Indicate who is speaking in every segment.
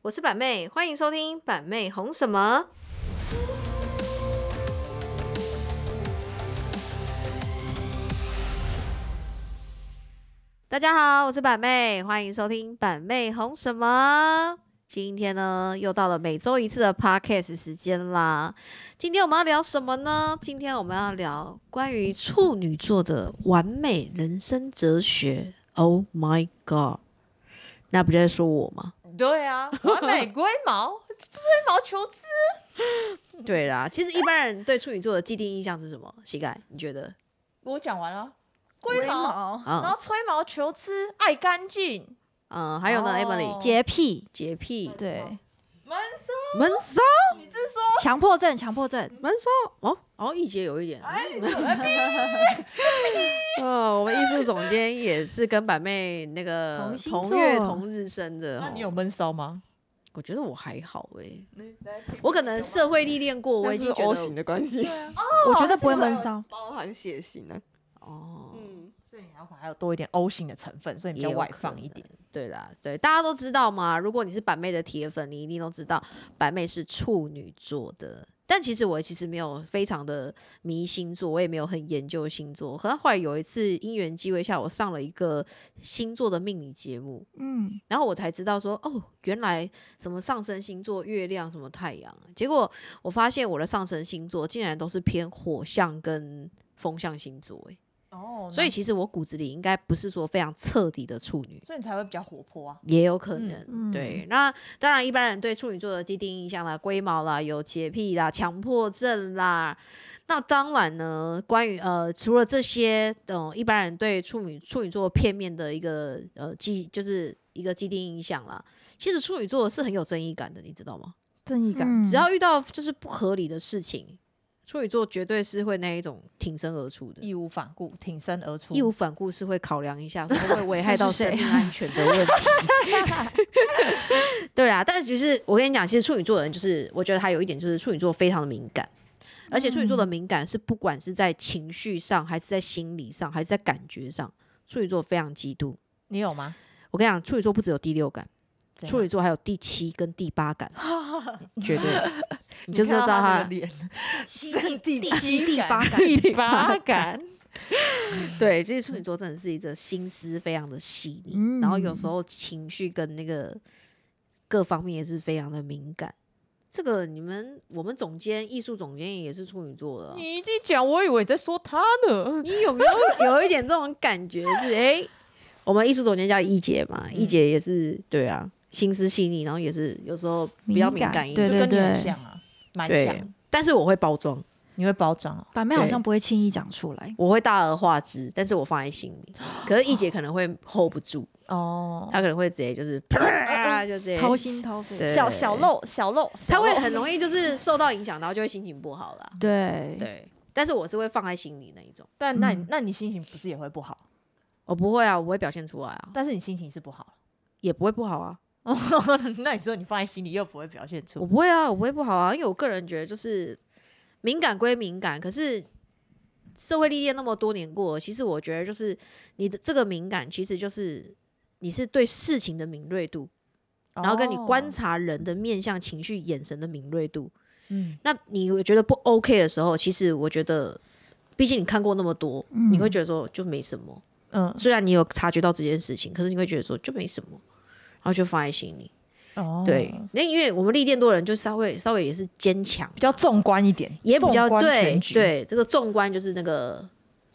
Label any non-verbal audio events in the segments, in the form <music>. Speaker 1: 我是板妹，欢迎收听板妹红什么。大家好，我是板妹，欢迎收听板妹红什么。今天呢，又到了每周一次的 podcast 时间啦。今天我们要聊什么呢？今天我们要聊关于处女座的完美人生哲学。Oh my god！那不就在说我吗？
Speaker 2: 对啊，完美龟毛，吹毛求疵。
Speaker 1: 对啦，其实一般人对处女座的既定印象是什么？膝盖，你觉得？
Speaker 2: 我讲完了，龟毛，然
Speaker 1: 啊，
Speaker 2: 后吹毛求疵，爱干净，
Speaker 1: 嗯，还有呢、
Speaker 2: 哦
Speaker 1: e m i l y 洁
Speaker 3: 洁癖，
Speaker 1: 洁癖，
Speaker 3: 对，
Speaker 2: 闷骚。
Speaker 1: 闷骚，
Speaker 2: 你是说，
Speaker 3: 强迫症，强迫症，
Speaker 1: 闷骚，哦，哦，一节有一点。
Speaker 2: 哎，你怎么逼？
Speaker 1: 呃，我们艺术总监也是跟板妹那个
Speaker 3: 同星
Speaker 1: 同
Speaker 3: 座
Speaker 1: 月同日生的，
Speaker 2: 那
Speaker 1: 哦
Speaker 2: 你有闷骚吗？
Speaker 1: 我觉得我还好哎、我可能社会历练过，我已
Speaker 4: 那是
Speaker 1: 经觉
Speaker 4: O 型
Speaker 1: 得
Speaker 4: 的关系，
Speaker 3: 我觉得不会闷骚。
Speaker 4: 包含血型啊呢。
Speaker 1: 哦，
Speaker 4: 嗯，
Speaker 2: 所以你要可能还有多一点 O 型的成分，所以你比较
Speaker 1: 也有
Speaker 2: 外
Speaker 1: 可
Speaker 2: 放一点。
Speaker 1: 对啦，对，大家都知道嘛。如果你是板妹的铁粉，你一定都知道板妹是处女座的。但其实我其实没有非常的迷星座，我也没有很研究星座。可是后来有一次因缘机会下，我上了一个星座的命理节目，
Speaker 3: 嗯，
Speaker 1: 然后我才知道说，哦，原来什么上升星座、月亮、什么太阳。结果我发现我的上升星座竟然都是偏火象跟风象星座、欸，
Speaker 2: 哦
Speaker 1: 所以其实我骨子里应该不是说非常彻底的处女。
Speaker 2: 所以你才会比较活泼啊。
Speaker 1: 也有可
Speaker 2: 嗯
Speaker 1: 能。
Speaker 3: 嗯
Speaker 1: 对，那当然，一般人对处女座的既定印象啦，龟毛啦，有洁癖啦，强迫症啦。那当然呢，关于呃，除了这些，嗯、一般人对处女处女座片面的一个呃既就是一个既定印象啦。其实处女座是很有争议感的，你知道吗？
Speaker 3: 正义感，
Speaker 1: 只要遇到就是不合理的事情，处女座绝对是会那一种挺身而出的。
Speaker 2: 义无反顾，挺身而出。
Speaker 1: 嗯义无反顾是会考量一下，会不会危害到
Speaker 3: 那是
Speaker 1: 生
Speaker 3: 谁
Speaker 1: 命安全的问题。 <laughs> 对啊，但是就是我跟你讲，其实处女座的人就是，我觉得他有一点就是处女座非常的敏感，而且处女座
Speaker 2: 嗯
Speaker 1: 的敏感是不管是在情绪上，还是在心理上，还是在感觉上，处女座非常极度。
Speaker 2: 你有吗？
Speaker 1: 我跟你讲，处女座不只有第六感，
Speaker 2: 怎样
Speaker 1: 处女座还有第七跟第八感，绝
Speaker 2: <laughs>
Speaker 1: 对，你
Speaker 2: 你
Speaker 1: 就知道
Speaker 2: 看到
Speaker 1: 他
Speaker 2: 他的脸， <laughs>
Speaker 3: 七
Speaker 2: 第
Speaker 3: 第
Speaker 2: 七
Speaker 3: 七第
Speaker 2: 感
Speaker 3: 八感，
Speaker 2: 第八感。
Speaker 1: <laughs> 对，其实处女座真的是一个心思非常的细腻，
Speaker 3: 嗯
Speaker 1: 然后有时候情绪跟那个各方面也是非常的敏感。这个你们，我们总监、艺术总监也是处女座的啊、
Speaker 2: 你一讲，我以为你在说他
Speaker 1: <laughs>
Speaker 2: 呢。
Speaker 1: 你有没有有一点这种感觉是？哎、我们艺术总监叫一姐嘛，一
Speaker 2: 嗯
Speaker 1: 姐也是对啊，心思细腻，然后也是有时候比较敏
Speaker 3: 敏感
Speaker 1: 感一
Speaker 3: 对
Speaker 1: 点，
Speaker 2: 就跟你很
Speaker 3: 对
Speaker 2: 像啊，蛮
Speaker 1: 对
Speaker 2: 像。。
Speaker 1: 但是我会包装，
Speaker 2: 你会包装哦。
Speaker 3: 板妹好像不会轻易讲出来。
Speaker 1: 我会大而化之，但是我放在心里。可是一姐可能会 hold 不住，
Speaker 2: 哦，
Speaker 1: 她可能会直接
Speaker 2: <laughs>
Speaker 1: 就是啪，就直接
Speaker 3: 掏心掏肺，
Speaker 1: 对
Speaker 2: 小小漏小漏，
Speaker 1: 他会
Speaker 2: 小漏
Speaker 1: 很容易就是受到影响，然后就会心情不好啦。
Speaker 3: 对，
Speaker 1: 对，但是我是会放在心里那一种，
Speaker 2: 但那你
Speaker 3: 嗯
Speaker 2: 那你心情不是也会不好？
Speaker 1: 我不会啊，我不会表现出来啊，
Speaker 2: 但是你心情是
Speaker 1: <laughs>
Speaker 2: 不好，
Speaker 1: 也不会不好啊，
Speaker 2: 那你说你放在心里又不会表现
Speaker 1: 我
Speaker 2: 出，
Speaker 1: 不会啊，我不会不好啊，因为我个人觉得就是敏感归敏感，可是社会历练那么多年过，其实我觉得就是你的这个敏感，其实就是你是对事情的敏锐度，然后跟你观
Speaker 2: 哦，
Speaker 1: 察人的面相、情绪、眼神的敏锐度，
Speaker 2: 嗯，
Speaker 1: 那你觉得不 OK 的时候，其实我觉得，毕竟你看过那么多，
Speaker 3: 嗯
Speaker 1: 你会觉得说就没什么。
Speaker 2: 嗯
Speaker 1: 虽然你有察觉到这件事情，可是你会觉得说就没什么，然后就放在心里。
Speaker 2: 哦
Speaker 1: 对，那因为我们历练多的人就稍微稍微也是坚强，
Speaker 2: 比较纵观一点，
Speaker 1: 也比较
Speaker 2: 纵观
Speaker 1: 对
Speaker 2: 全局，
Speaker 1: 对。这个纵观就是那个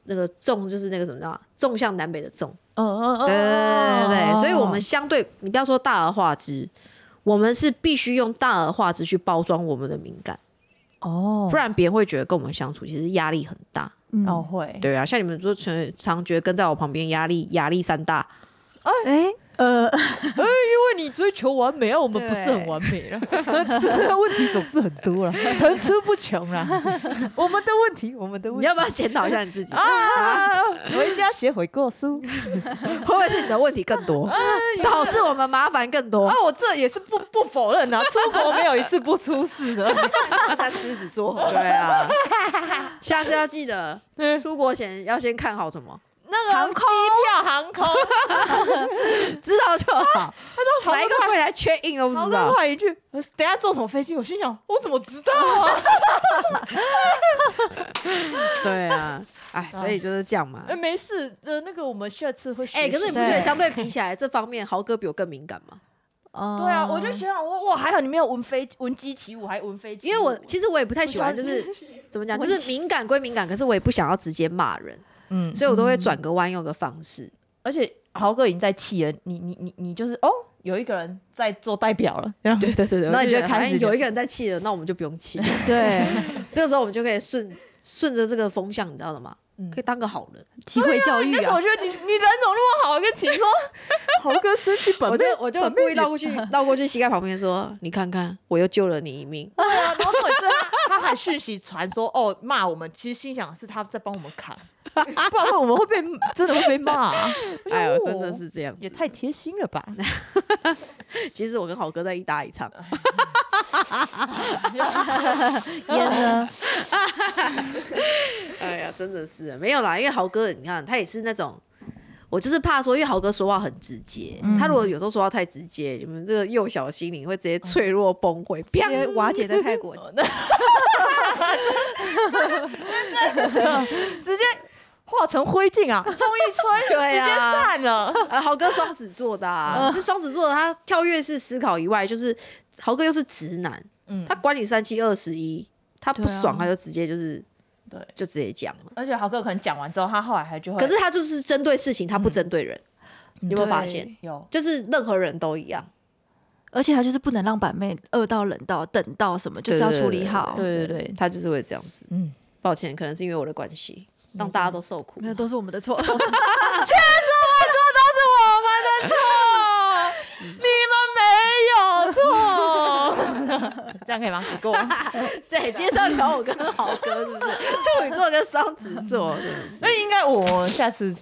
Speaker 1: 那个纵就是那个什么叫纵向南北的纵，
Speaker 2: 嗯嗯嗯，
Speaker 1: 对对对对对。所以我们
Speaker 2: 哦
Speaker 1: 相对你不要说大而化之，我们是必须用大而化之去包装我们的敏感。
Speaker 2: 哦，
Speaker 1: 不然别人会觉得跟我们相处其实压力很大。
Speaker 3: 嗯
Speaker 2: 哦，会，
Speaker 1: 对啊，像你们都常常觉得跟在我旁边压力压力山大，
Speaker 3: 哎，呃，
Speaker 2: 因为你追求完美啊，我们不是很完美啊了，
Speaker 1: <laughs>
Speaker 2: 这个问题总是很
Speaker 1: 啊
Speaker 2: 多了， <laughs> 层出不穷了，我们的问题，我们的问
Speaker 1: 你
Speaker 2: 题
Speaker 1: 要不要检讨一下你 <laughs> 自己？
Speaker 2: 啊，回家写悔过书。
Speaker 1: 会不会是你的问题更 <laughs> 多，导致我们麻烦更多
Speaker 2: 啊？，我这也是不不否认 <laughs> 啊，出国没有一次不出事的。
Speaker 4: 他狮
Speaker 1: <laughs>
Speaker 4: 子座，
Speaker 1: 嗯对啊，下次要记得出国前要先看好什么
Speaker 3: 那
Speaker 2: <laughs>
Speaker 3: 个
Speaker 2: 航空机票航 <laughs> 空，
Speaker 1: 知道就好。
Speaker 2: 他
Speaker 1: 哪一个柜台缺印都不
Speaker 2: 好
Speaker 1: 知
Speaker 2: 多
Speaker 1: 道，
Speaker 2: 快一句，呃等一下坐什么飞机？我心想，我怎么知道 <laughs> 啊？
Speaker 1: 对啊，哎，所以就是这样嘛
Speaker 2: 哎，。没事，呃，那个我们下次会学
Speaker 1: 嗯
Speaker 2: 习。
Speaker 1: 哎、可是你不觉
Speaker 3: 对
Speaker 1: 得相对比起来，这方面豪哥比我更敏感吗？
Speaker 3: 哦
Speaker 2: 对啊，我就想我我还好你没有闻飞闻鸡起舞，还闻飞机舞，
Speaker 1: 因为我其实我也不太喜欢，
Speaker 2: 我
Speaker 1: 就
Speaker 2: 喜
Speaker 1: 是
Speaker 2: 欢
Speaker 1: 怎么讲，就是敏感归敏感，可是我也不想要直接骂人，
Speaker 2: 嗯，
Speaker 1: 所以我都会转个弯，用个方式。
Speaker 2: 而且豪哥已经在气了，你你你你就是哦，有一个人在做代表了，然
Speaker 1: <laughs>
Speaker 2: 后
Speaker 1: 对对对
Speaker 2: 那
Speaker 1: 那
Speaker 2: 你
Speaker 1: 你
Speaker 2: 就
Speaker 1: 就
Speaker 2: 开
Speaker 1: 开
Speaker 2: 始
Speaker 1: 始有一个人在气了，那我们就不用 <laughs> 气了。
Speaker 3: 哦对
Speaker 1: 这个时候我们就可以顺顺着这个风向，你知道的吗
Speaker 2: 嗯？
Speaker 1: 可以当个好人。
Speaker 3: 机会教育
Speaker 2: 但是
Speaker 3: 啊 <laughs>
Speaker 2: 我，觉得你你人怎么那么好？我跟秦说， <laughs> 豪哥生气本
Speaker 1: 我
Speaker 2: 妹
Speaker 1: 就我就故意绕 <laughs> 过去，绕过去膝盖旁边说：“你看看，我又救了你一命。
Speaker 2: 对啊，然后重点是他他还讯息传说哦骂我们，其实心想是他在帮我们扛，不然我们会被真的会被骂、啊，”
Speaker 1: <laughs> <laughs> 哎呦，
Speaker 2: 哦
Speaker 1: 真的是这样。
Speaker 2: 也太贴心了吧！
Speaker 1: 其实我跟豪哥在一搭一唱，
Speaker 3: 烟呢？
Speaker 1: 哎呀，真的是没有啦，因为豪哥，你看他也是那种，我就是怕说，因为豪哥说话很直接，
Speaker 3: 嗯
Speaker 1: 他如果有时候说话太直接，你们这个幼小心灵会直接脆弱崩溃，
Speaker 3: 因为
Speaker 1: 砰！
Speaker 3: 瓦姐在泰国，
Speaker 2: 直接化成灰烬啊，风一吹
Speaker 1: 对
Speaker 2: 直接
Speaker 1: 啊
Speaker 2: 散了。
Speaker 1: 啊，豪哥双子座的、啊，是双子座的，他跳跃式思考以外，就是豪哥又是直男，
Speaker 2: 嗯
Speaker 1: 他管你三七二十一，他不
Speaker 3: 对啊
Speaker 1: 爽他就直接就是
Speaker 2: 对
Speaker 1: 就直接讲了。
Speaker 2: 而且豪哥可能讲完之后，他后来还就会，
Speaker 1: 可是他就是针对事情，他不针对人，你有没有发现？
Speaker 3: 对？
Speaker 2: 有
Speaker 1: 就是任何人都一样。
Speaker 3: 而且她就是不能让板妹饿到冷到等到什么，就是要处理好。
Speaker 2: 对对对
Speaker 1: 他就是会这样子。
Speaker 2: 嗯
Speaker 1: 嗯，抱歉，可能是因为我的关系，让大家都受苦。
Speaker 3: 那都是我们的错。
Speaker 2: 你们没有
Speaker 1: <laughs> 嗯
Speaker 2: 错，这样可以吗？给我
Speaker 1: 对，接着聊我跟豪哥是不是？处女座跟双子座是不是
Speaker 2: 那应该我下次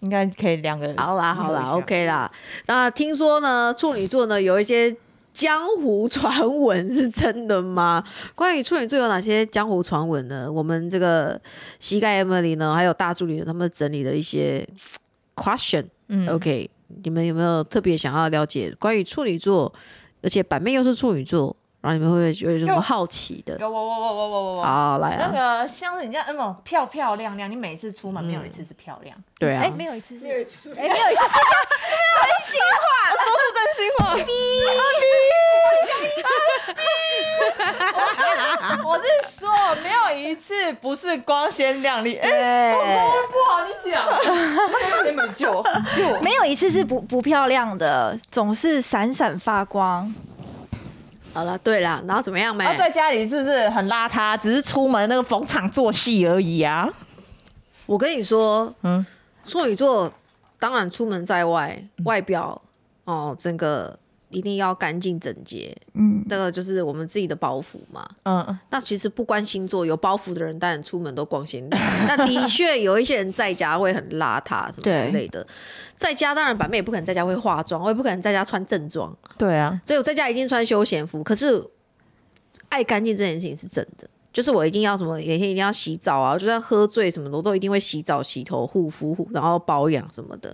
Speaker 2: 应该可以两个人
Speaker 1: 好啦，好
Speaker 2: 一
Speaker 1: 啦
Speaker 2: 下
Speaker 1: ，OK 啦。那听说呢，处女座呢有一些江湖传闻是真的吗？关于处女座有哪些江湖传闻呢？我们这个膝盖 Emily 呢，还有大助理呢，他们整理了一些 question。
Speaker 2: 嗯
Speaker 1: OK，你们有没有特别想要了解关于处女座，而且板妹又是处女座，然后你们会不会有什么
Speaker 2: 有
Speaker 1: 好奇的？
Speaker 2: 有我我我我我我我。
Speaker 1: 好，来
Speaker 2: 那
Speaker 1: 啊，
Speaker 2: 个像是人家那种嗯哦漂漂亮亮，你每次出门没有一次是漂亮，
Speaker 1: 对
Speaker 2: 哎，
Speaker 1: 啊，
Speaker 2: 没有一次是
Speaker 4: 嗯
Speaker 3: 哎
Speaker 2: 啊
Speaker 4: 哎真心
Speaker 2: <laughs>
Speaker 4: 话，
Speaker 2: 我是说，没有一次不是光鲜亮 <laughs> 丽。哎、
Speaker 3: 对，
Speaker 2: 不好你讲，你们就就
Speaker 3: 没有一次是不不漂亮的，总是闪闪发光。
Speaker 1: 好了，对啦，然后怎么样没？
Speaker 2: <laughs> 他在家里是不是很邋遢？只是出门那个逢场作戏而已啊。
Speaker 1: 我跟你说，
Speaker 2: 嗯
Speaker 1: 嗯，处女座当然出门在外，外表哦，整个一定要干净整洁，
Speaker 3: 嗯，
Speaker 1: 这个就是我们自己的包袱嘛。
Speaker 2: 嗯，
Speaker 1: 那其实不关星座，有包袱的人当然出门都光鲜 <laughs> 亮丽。那的确有一些人在家会很邋遢什么之类的，在家当然板妹也不可能在家会化妆，我也不可能在家穿正装，
Speaker 2: 对啊，
Speaker 1: 所以我在家一定穿休闲服。可是爱干净这件事情是真的。就是我一定要什么，每天一定要洗澡啊！就算喝醉什么的，我都一定会洗澡、洗头、护肤，然后保养什么的，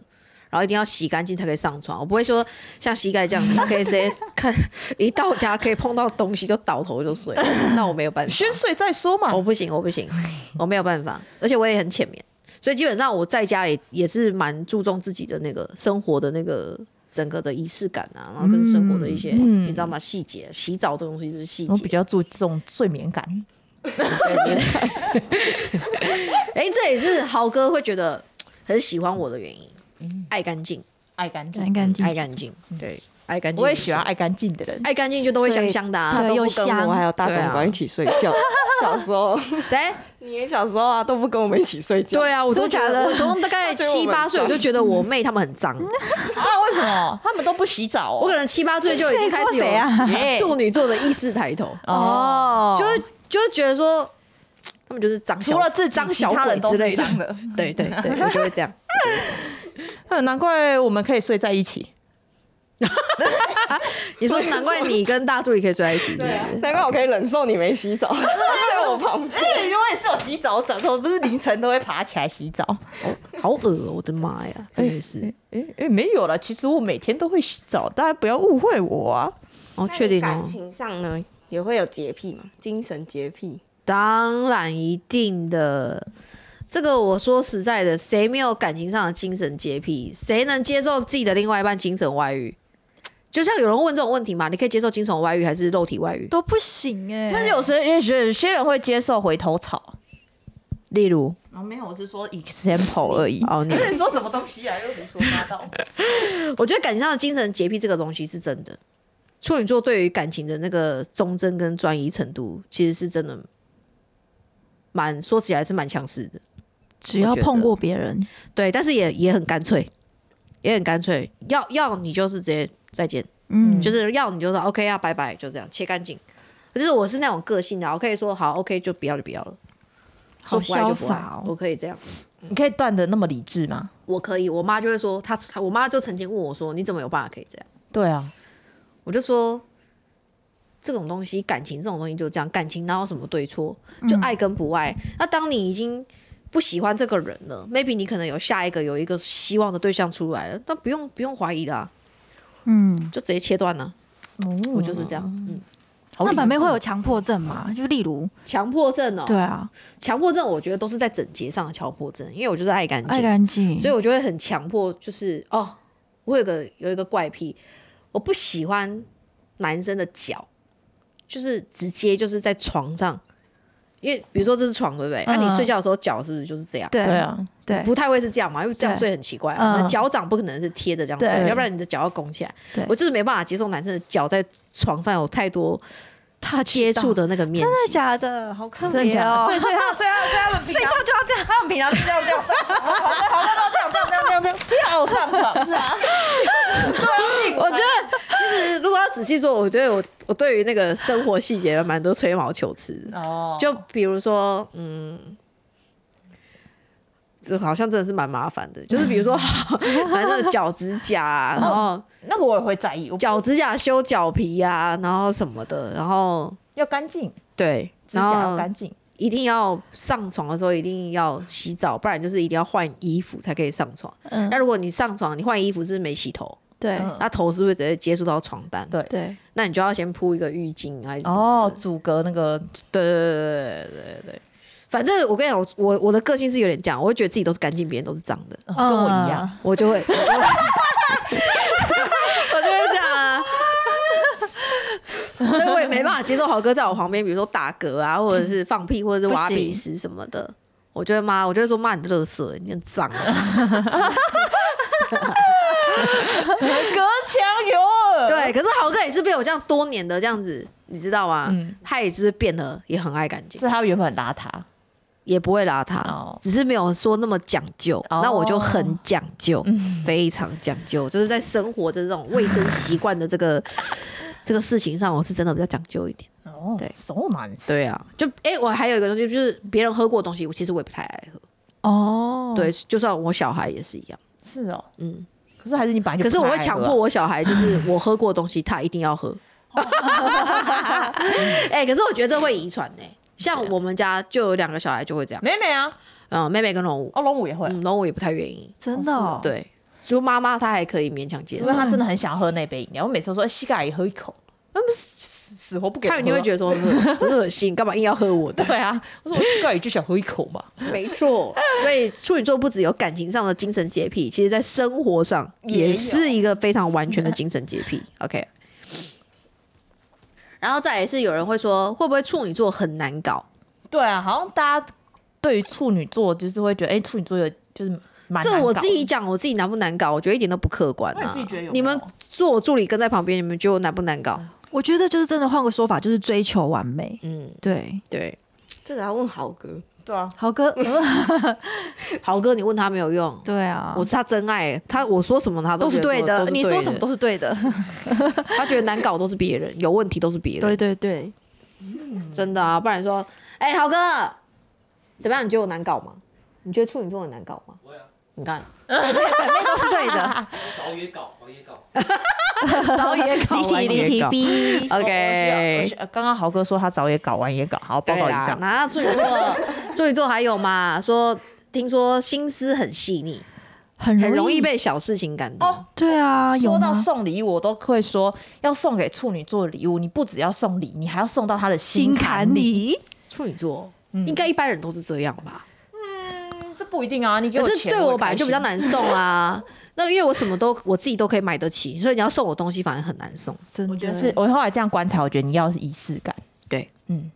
Speaker 1: 然后一定要洗干净才可以上床。我不会说像膝盖这样子，可以直接看 <laughs> 一到家可以碰到东西就倒头就睡，那我没有办法。
Speaker 2: 先睡再说嘛
Speaker 3: 哦
Speaker 1: 我。不行，我不
Speaker 3: <laughs>
Speaker 1: 行，我没有办法，而且我也很浅眠，所以基本上我在家也也是蛮注重自己的那个生活的那个整个的仪式感啊，然后跟生活的一些、
Speaker 2: 嗯
Speaker 1: 你知道吗？细节，洗澡这东西就是细
Speaker 2: 我
Speaker 1: 节。
Speaker 3: 嗯
Speaker 2: 比较注重睡眠感。
Speaker 1: 哎、这也是豪哥会觉得很喜欢我的原因，
Speaker 3: 嗯
Speaker 1: 爱干净，
Speaker 2: 爱干
Speaker 3: 干，干净
Speaker 1: 爱
Speaker 3: 净。
Speaker 1: 干净，
Speaker 3: 嗯
Speaker 1: 对，爱干净。
Speaker 2: 我也喜欢，爱干净的人。
Speaker 1: 爱干净就都会香香的、
Speaker 3: 所
Speaker 1: 啊
Speaker 3: 以。
Speaker 4: 都
Speaker 3: 又
Speaker 4: 不跟
Speaker 3: 香
Speaker 4: 我还有大
Speaker 1: 对啊
Speaker 4: 总管一起睡觉。小时候，
Speaker 1: 谁？
Speaker 4: <laughs> 你也小时候啊，都不跟我们一起睡觉。
Speaker 1: 对啊，我
Speaker 3: 真
Speaker 1: 都
Speaker 3: 的
Speaker 1: 觉
Speaker 3: 假
Speaker 1: 得，
Speaker 3: 的
Speaker 1: 我从大概
Speaker 3: <laughs>
Speaker 4: 他觉得我
Speaker 1: 七
Speaker 4: 们
Speaker 1: 八岁我
Speaker 4: 脏
Speaker 1: 就觉得我妹她们很脏，
Speaker 3: 嗯
Speaker 2: 啊，为什么他们都不洗澡
Speaker 1: 我
Speaker 2: 哦？
Speaker 1: 可能七八岁就已经开始
Speaker 3: 谁说谁啊 <laughs>
Speaker 1: 有
Speaker 2: 耶
Speaker 1: <laughs> 处女座的意识抬头，
Speaker 2: 哦，
Speaker 3: 哦，
Speaker 1: 就会就会觉得说，他们就是长
Speaker 2: 除了自己
Speaker 1: 张
Speaker 2: 其
Speaker 1: 小
Speaker 2: 他
Speaker 1: 鬼
Speaker 2: 人都
Speaker 1: 之
Speaker 2: 是
Speaker 1: 类的，<laughs>
Speaker 2: 脏的。 <laughs>
Speaker 1: 对对对，我就会这样。
Speaker 2: 嗯，难怪我们可以睡在一起。
Speaker 1: 你说难怪你跟大助理可以睡在一起，对不对
Speaker 4: 难怪我可以忍受你没洗澡，他 <laughs> 睡我旁边。
Speaker 2: 因为我哎也是有洗澡，早上不是凌晨都会爬起来洗澡。
Speaker 1: 好恶哦、我的妈呀，真的是。
Speaker 2: 哎、哎、没有啦，其实我每天都会洗澡，大家不要误会我啊。
Speaker 1: 哦，确定
Speaker 4: 感
Speaker 1: 哦，
Speaker 4: 情上呢，也会有洁癖嘛，精神洁癖。
Speaker 1: 当然一定的。这个我说实在的，谁没有感情上的精神洁癖？谁能接受自己的另外一半精神外遇？就像有人问这种问题嘛，你可以接受精神外遇还是肉体外遇？
Speaker 3: 都不行哎、
Speaker 2: 但是有时也许有些人会接受回头草，
Speaker 1: 例如，
Speaker 2: 然哦后没有，我是说 example 而已。
Speaker 1: 哦，你
Speaker 2: 你说什么东西啊？又胡说八道。
Speaker 1: 我觉得感情上的精神洁癖这个东西是真的。处女座对于感情的那个忠贞跟专一程度，其实是真的蛮说起来是蛮强势的。
Speaker 3: 只要
Speaker 1: 我觉得
Speaker 3: 碰过别人，
Speaker 1: 对，但是也也很干脆，也很干脆，要要你就是直接再见，
Speaker 3: 嗯，
Speaker 1: 就是要你就说 OK 啊，拜拜，就这样切干净。可是我是那种个性的啊，我可以说好 OK 就不要就不要了，
Speaker 3: 好
Speaker 1: 说不爱就
Speaker 3: 潇
Speaker 1: 不爱
Speaker 3: 洒
Speaker 1: 我
Speaker 3: 哦。
Speaker 1: 可以这样，
Speaker 2: 你可以断的那么理智吗？
Speaker 1: 我可以。我妈就会说，她她我妈就曾经问我说，你怎么有办法可以这样？
Speaker 2: 对啊，
Speaker 1: 我就说。这种东西，感情这种东西就这样，感情哪有什么对错？
Speaker 3: 嗯
Speaker 1: 就爱跟不爱。那当你已经不喜欢这个人了，maybe 你可能有下一个有一个希望的对象出来了，那不用不用怀疑啦、
Speaker 3: 嗯，
Speaker 1: 就直接切断了。
Speaker 3: 哦
Speaker 1: 我就是这样，嗯，
Speaker 2: 好理
Speaker 3: 那
Speaker 2: 智
Speaker 3: 板妹会有强迫症吗？就例如，
Speaker 1: 强迫症哦、
Speaker 3: 对啊，
Speaker 1: 强迫症我觉得都是在整洁上的强迫症，因为我就是爱干
Speaker 3: 爱
Speaker 1: 净，
Speaker 3: 干净，
Speaker 1: 所以我就会很强迫，就是哦，我有个有一个怪癖，我不喜欢男生的脚，就是直接就是在床上，因为比如说这是床对不对？那、
Speaker 3: 嗯
Speaker 1: 你睡觉的时候脚是不是就是这样？
Speaker 3: 对
Speaker 2: 对，啊，
Speaker 3: 对
Speaker 1: 不太会是这样嘛，因为这样
Speaker 3: 对
Speaker 1: 睡很奇怪啊。
Speaker 3: 嗯
Speaker 1: 那脚掌不可能是贴着这样睡，
Speaker 3: 对
Speaker 1: 要不然你的脚要拱起来
Speaker 3: 对。
Speaker 1: 我就是没办法接受男生的脚在床上有太多
Speaker 3: 他
Speaker 1: 接触的那个面积。
Speaker 3: 真的假的？好可
Speaker 2: 真的
Speaker 3: 怜
Speaker 2: 假的？
Speaker 3: 哦
Speaker 2: 所以，所以
Speaker 3: <laughs>
Speaker 2: 他，所以他，所以他们平
Speaker 3: 睡
Speaker 2: 常
Speaker 3: 觉就要这样，
Speaker 2: 他们平常就这样这样 <laughs> 上床，好了好了，这样这样这样这样这样跳上床是啊，
Speaker 1: 我觉得其实如果要仔细说，我觉得我我对于那个生活细节蛮多吹毛求疵的。
Speaker 2: 哦
Speaker 1: 就比如说，嗯，这好像真的是蛮麻烦的。就是比如说， <laughs> 反正脚趾甲啊，然后
Speaker 2: 那个我也会在意，我
Speaker 1: 脚趾甲修脚皮啊，然后什么的，然后
Speaker 2: 要干净，
Speaker 1: 对，
Speaker 2: 指
Speaker 1: 然
Speaker 2: 甲要
Speaker 1: 后
Speaker 2: 干净，
Speaker 1: 一定要上床的时候一定要洗澡，不然就是一定要换衣服才可以上床。
Speaker 3: 嗯
Speaker 1: 那，如果你上床，你换衣服是不是没洗头，
Speaker 3: 对
Speaker 2: 嗯
Speaker 1: 那头是不是直接接触到床单？
Speaker 2: 对
Speaker 3: 对，
Speaker 1: 那你就要先铺一个浴巾还是什么
Speaker 2: 哦，
Speaker 1: 的
Speaker 2: 阻隔那个
Speaker 1: 对对对对对对对。反正我跟你讲，我我我的个性是有点这样，我会觉得自己都是干净，别人都是脏的，
Speaker 2: 呃哦跟我一样，
Speaker 3: 嗯，
Speaker 1: 我就会，我 <laughs> 就会我就会这样啊。 <laughs> 所以我也没办法接受豪哥在我旁边，比如说打嗝啊，或者是放屁，或者是挖鼻屎什么 <laughs> 的。我就会骂，我就会说骂你的垃圾，你很脏啊。
Speaker 2: 隔墙有耳，
Speaker 1: 对， <laughs> 可是豪哥也是被我这样多年的这样子，你知道吗？
Speaker 2: 嗯
Speaker 1: 他也就是变得也很爱干净。
Speaker 2: 所以他原本很邋遢，
Speaker 1: 也不会邋遢，
Speaker 2: 哦
Speaker 1: 只是没有说那么讲究。
Speaker 2: 哦
Speaker 1: 那我就很讲究，非常讲究，就是在生活的这种卫生习惯的这 <laughs> 个这个事情上，我是真的比较讲究一点。
Speaker 2: 哦
Speaker 1: 对
Speaker 2: ，so nice，
Speaker 1: 对，啊，就哎、我还有一个东西，就是别人喝过的东西，我其实我也不太爱喝。
Speaker 3: 哦，
Speaker 1: 对，就算我小孩也是一样。
Speaker 2: 是哦，
Speaker 1: 嗯，
Speaker 2: 可是还是你本来
Speaker 1: 可
Speaker 2: 就
Speaker 1: 是我
Speaker 2: 不太爱喝啊，
Speaker 1: 会强迫我小孩，就是我喝过的东西，他一定要 <laughs> 喝。哎、可是我觉得这会遗传呢。像我们家就有两个小孩就会这样，
Speaker 2: 美美啊，
Speaker 1: 嗯，妹妹跟龙武，
Speaker 2: 哦，龙武也会，
Speaker 1: 嗯，龙武也不太愿意。
Speaker 3: 真的哦，
Speaker 1: 对，就妈妈她还可以勉强接
Speaker 2: 因
Speaker 1: 受
Speaker 2: 为，他真的很想喝那杯饮料，我每次都说哎膝盖也喝一口，那嗯不是死死活不给我
Speaker 1: 她
Speaker 2: 喝啊，
Speaker 1: 一定会觉得说嗯很很恶心，干嘛硬要喝我
Speaker 2: <laughs>
Speaker 1: 的？
Speaker 2: 对啊，我说我膝盖也就想喝一口嘛，
Speaker 1: 没错，所以处女座不只有感情上的精神洁癖，其实在生活上
Speaker 2: 也
Speaker 1: 也
Speaker 2: 有
Speaker 1: 是一个非常完全的精神洁癖。OK，然后再也是有人会说，会不会处女座很难搞？
Speaker 2: 对啊，好像大家对于处女座就是会觉得，哎、处女座有就是蛮
Speaker 1: 这
Speaker 2: 难
Speaker 1: 我
Speaker 2: 搞
Speaker 1: 自己讲，我自己难不难搞？我觉得一点都不客观
Speaker 2: 那
Speaker 1: 啊
Speaker 2: 啊你自己觉得有没！
Speaker 1: 你
Speaker 2: 有
Speaker 1: 们做我助理跟在旁边，你们觉得我难不难搞？
Speaker 3: 我觉得就是真的换个说法，就是追求完美。
Speaker 1: 嗯，
Speaker 3: 对，
Speaker 1: 对，
Speaker 4: 这个要问豪哥，
Speaker 2: 对啊，<laughs>
Speaker 3: 豪哥，
Speaker 1: 豪哥，你问他没有用，
Speaker 3: 对啊，
Speaker 1: 我是他真爱，他我说什么他
Speaker 3: 都是
Speaker 1: 觉得
Speaker 3: 对的，你说什么
Speaker 1: 都
Speaker 3: 都是对的。
Speaker 1: 是对的，他觉得难搞都是别人，有问题都是别
Speaker 3: 对
Speaker 1: 人，
Speaker 3: 对对，
Speaker 1: 真的啊，不然说，哎、豪哥，怎么样？你觉得我难搞吗？你觉得处女座很难搞吗？你看，
Speaker 3: 那都是对
Speaker 1: <laughs>
Speaker 3: 的。
Speaker 5: 早也搞，早也搞。
Speaker 2: 早也搞
Speaker 3: 离题离题 B，
Speaker 2: <laughs> 哦我需要呃刚刚豪哥说他早也搞，晚也搞，好报
Speaker 1: 对
Speaker 2: 告一
Speaker 1: 啦
Speaker 2: 下，。
Speaker 1: 那处女座，处女座还有嘛？说听说心思很细腻，
Speaker 3: 很
Speaker 1: 很容易被小事情感动。
Speaker 2: 哦
Speaker 3: 对啊，
Speaker 2: 说
Speaker 3: 有
Speaker 2: 到
Speaker 3: 吗
Speaker 2: 送礼物，我都会说要送给处女座的礼物，你不只要送礼，你还要送到他的
Speaker 3: 心
Speaker 2: 坎
Speaker 3: 坎。里，
Speaker 1: 处女座
Speaker 2: 嗯
Speaker 1: 应该一般人都是这样吧？
Speaker 2: 嗯这不一定啊，你给
Speaker 1: 可
Speaker 2: 我
Speaker 1: 是
Speaker 2: 钱，
Speaker 1: 对
Speaker 2: 我
Speaker 1: 我
Speaker 2: 也
Speaker 1: 本来
Speaker 2: 开
Speaker 1: 就比较
Speaker 2: 心。
Speaker 1: 难送啊。那因为我什么都我自己都可以买得起，所以你要送我东西反而很难送，
Speaker 3: 真
Speaker 2: 我觉
Speaker 3: 的
Speaker 2: 得是我后来这样观察，我觉得你要的是仪式感。
Speaker 1: 对，
Speaker 2: 嗯，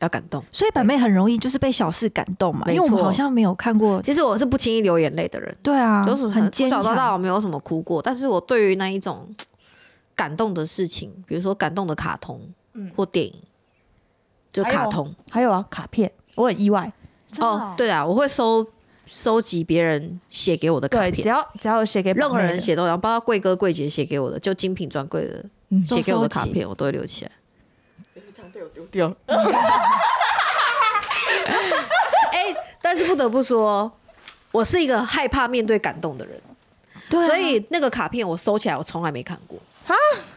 Speaker 1: 要感动。
Speaker 3: 所以板妹很容易就是被小事感动嘛，
Speaker 1: 没
Speaker 3: 因为我们
Speaker 1: 错
Speaker 3: 好像没有看过。
Speaker 1: 其实我是不轻易流眼泪的人，
Speaker 3: 对啊，
Speaker 1: 就是
Speaker 3: 很
Speaker 1: 从
Speaker 3: 坚
Speaker 1: 小到大
Speaker 3: 强。
Speaker 1: 我没有什么哭过，但是我对于那一种嘖感动的事情，比如说感动的卡通
Speaker 3: 嗯
Speaker 1: 或电影，就
Speaker 3: 哎
Speaker 2: 还有
Speaker 1: 卡通
Speaker 2: 还有啊，卡片，我很意外。
Speaker 1: 哦，，对啊，我会收收集别人写给我的卡
Speaker 2: 对，只
Speaker 1: 片。
Speaker 2: 要只要有写给
Speaker 1: 任何
Speaker 2: 板妹
Speaker 1: 人
Speaker 2: 的，
Speaker 1: 写都一样，包括贵哥、贵姐写给我的，就精品专柜的
Speaker 2: 嗯
Speaker 1: 写给我的
Speaker 3: 都收
Speaker 1: 卡
Speaker 3: 集
Speaker 1: 片，我都会留起来。哎、但是不得不说，我是一个害怕面对感动的人，
Speaker 3: 对啊
Speaker 1: 所以那个卡片我收起来，我从来没看过啊，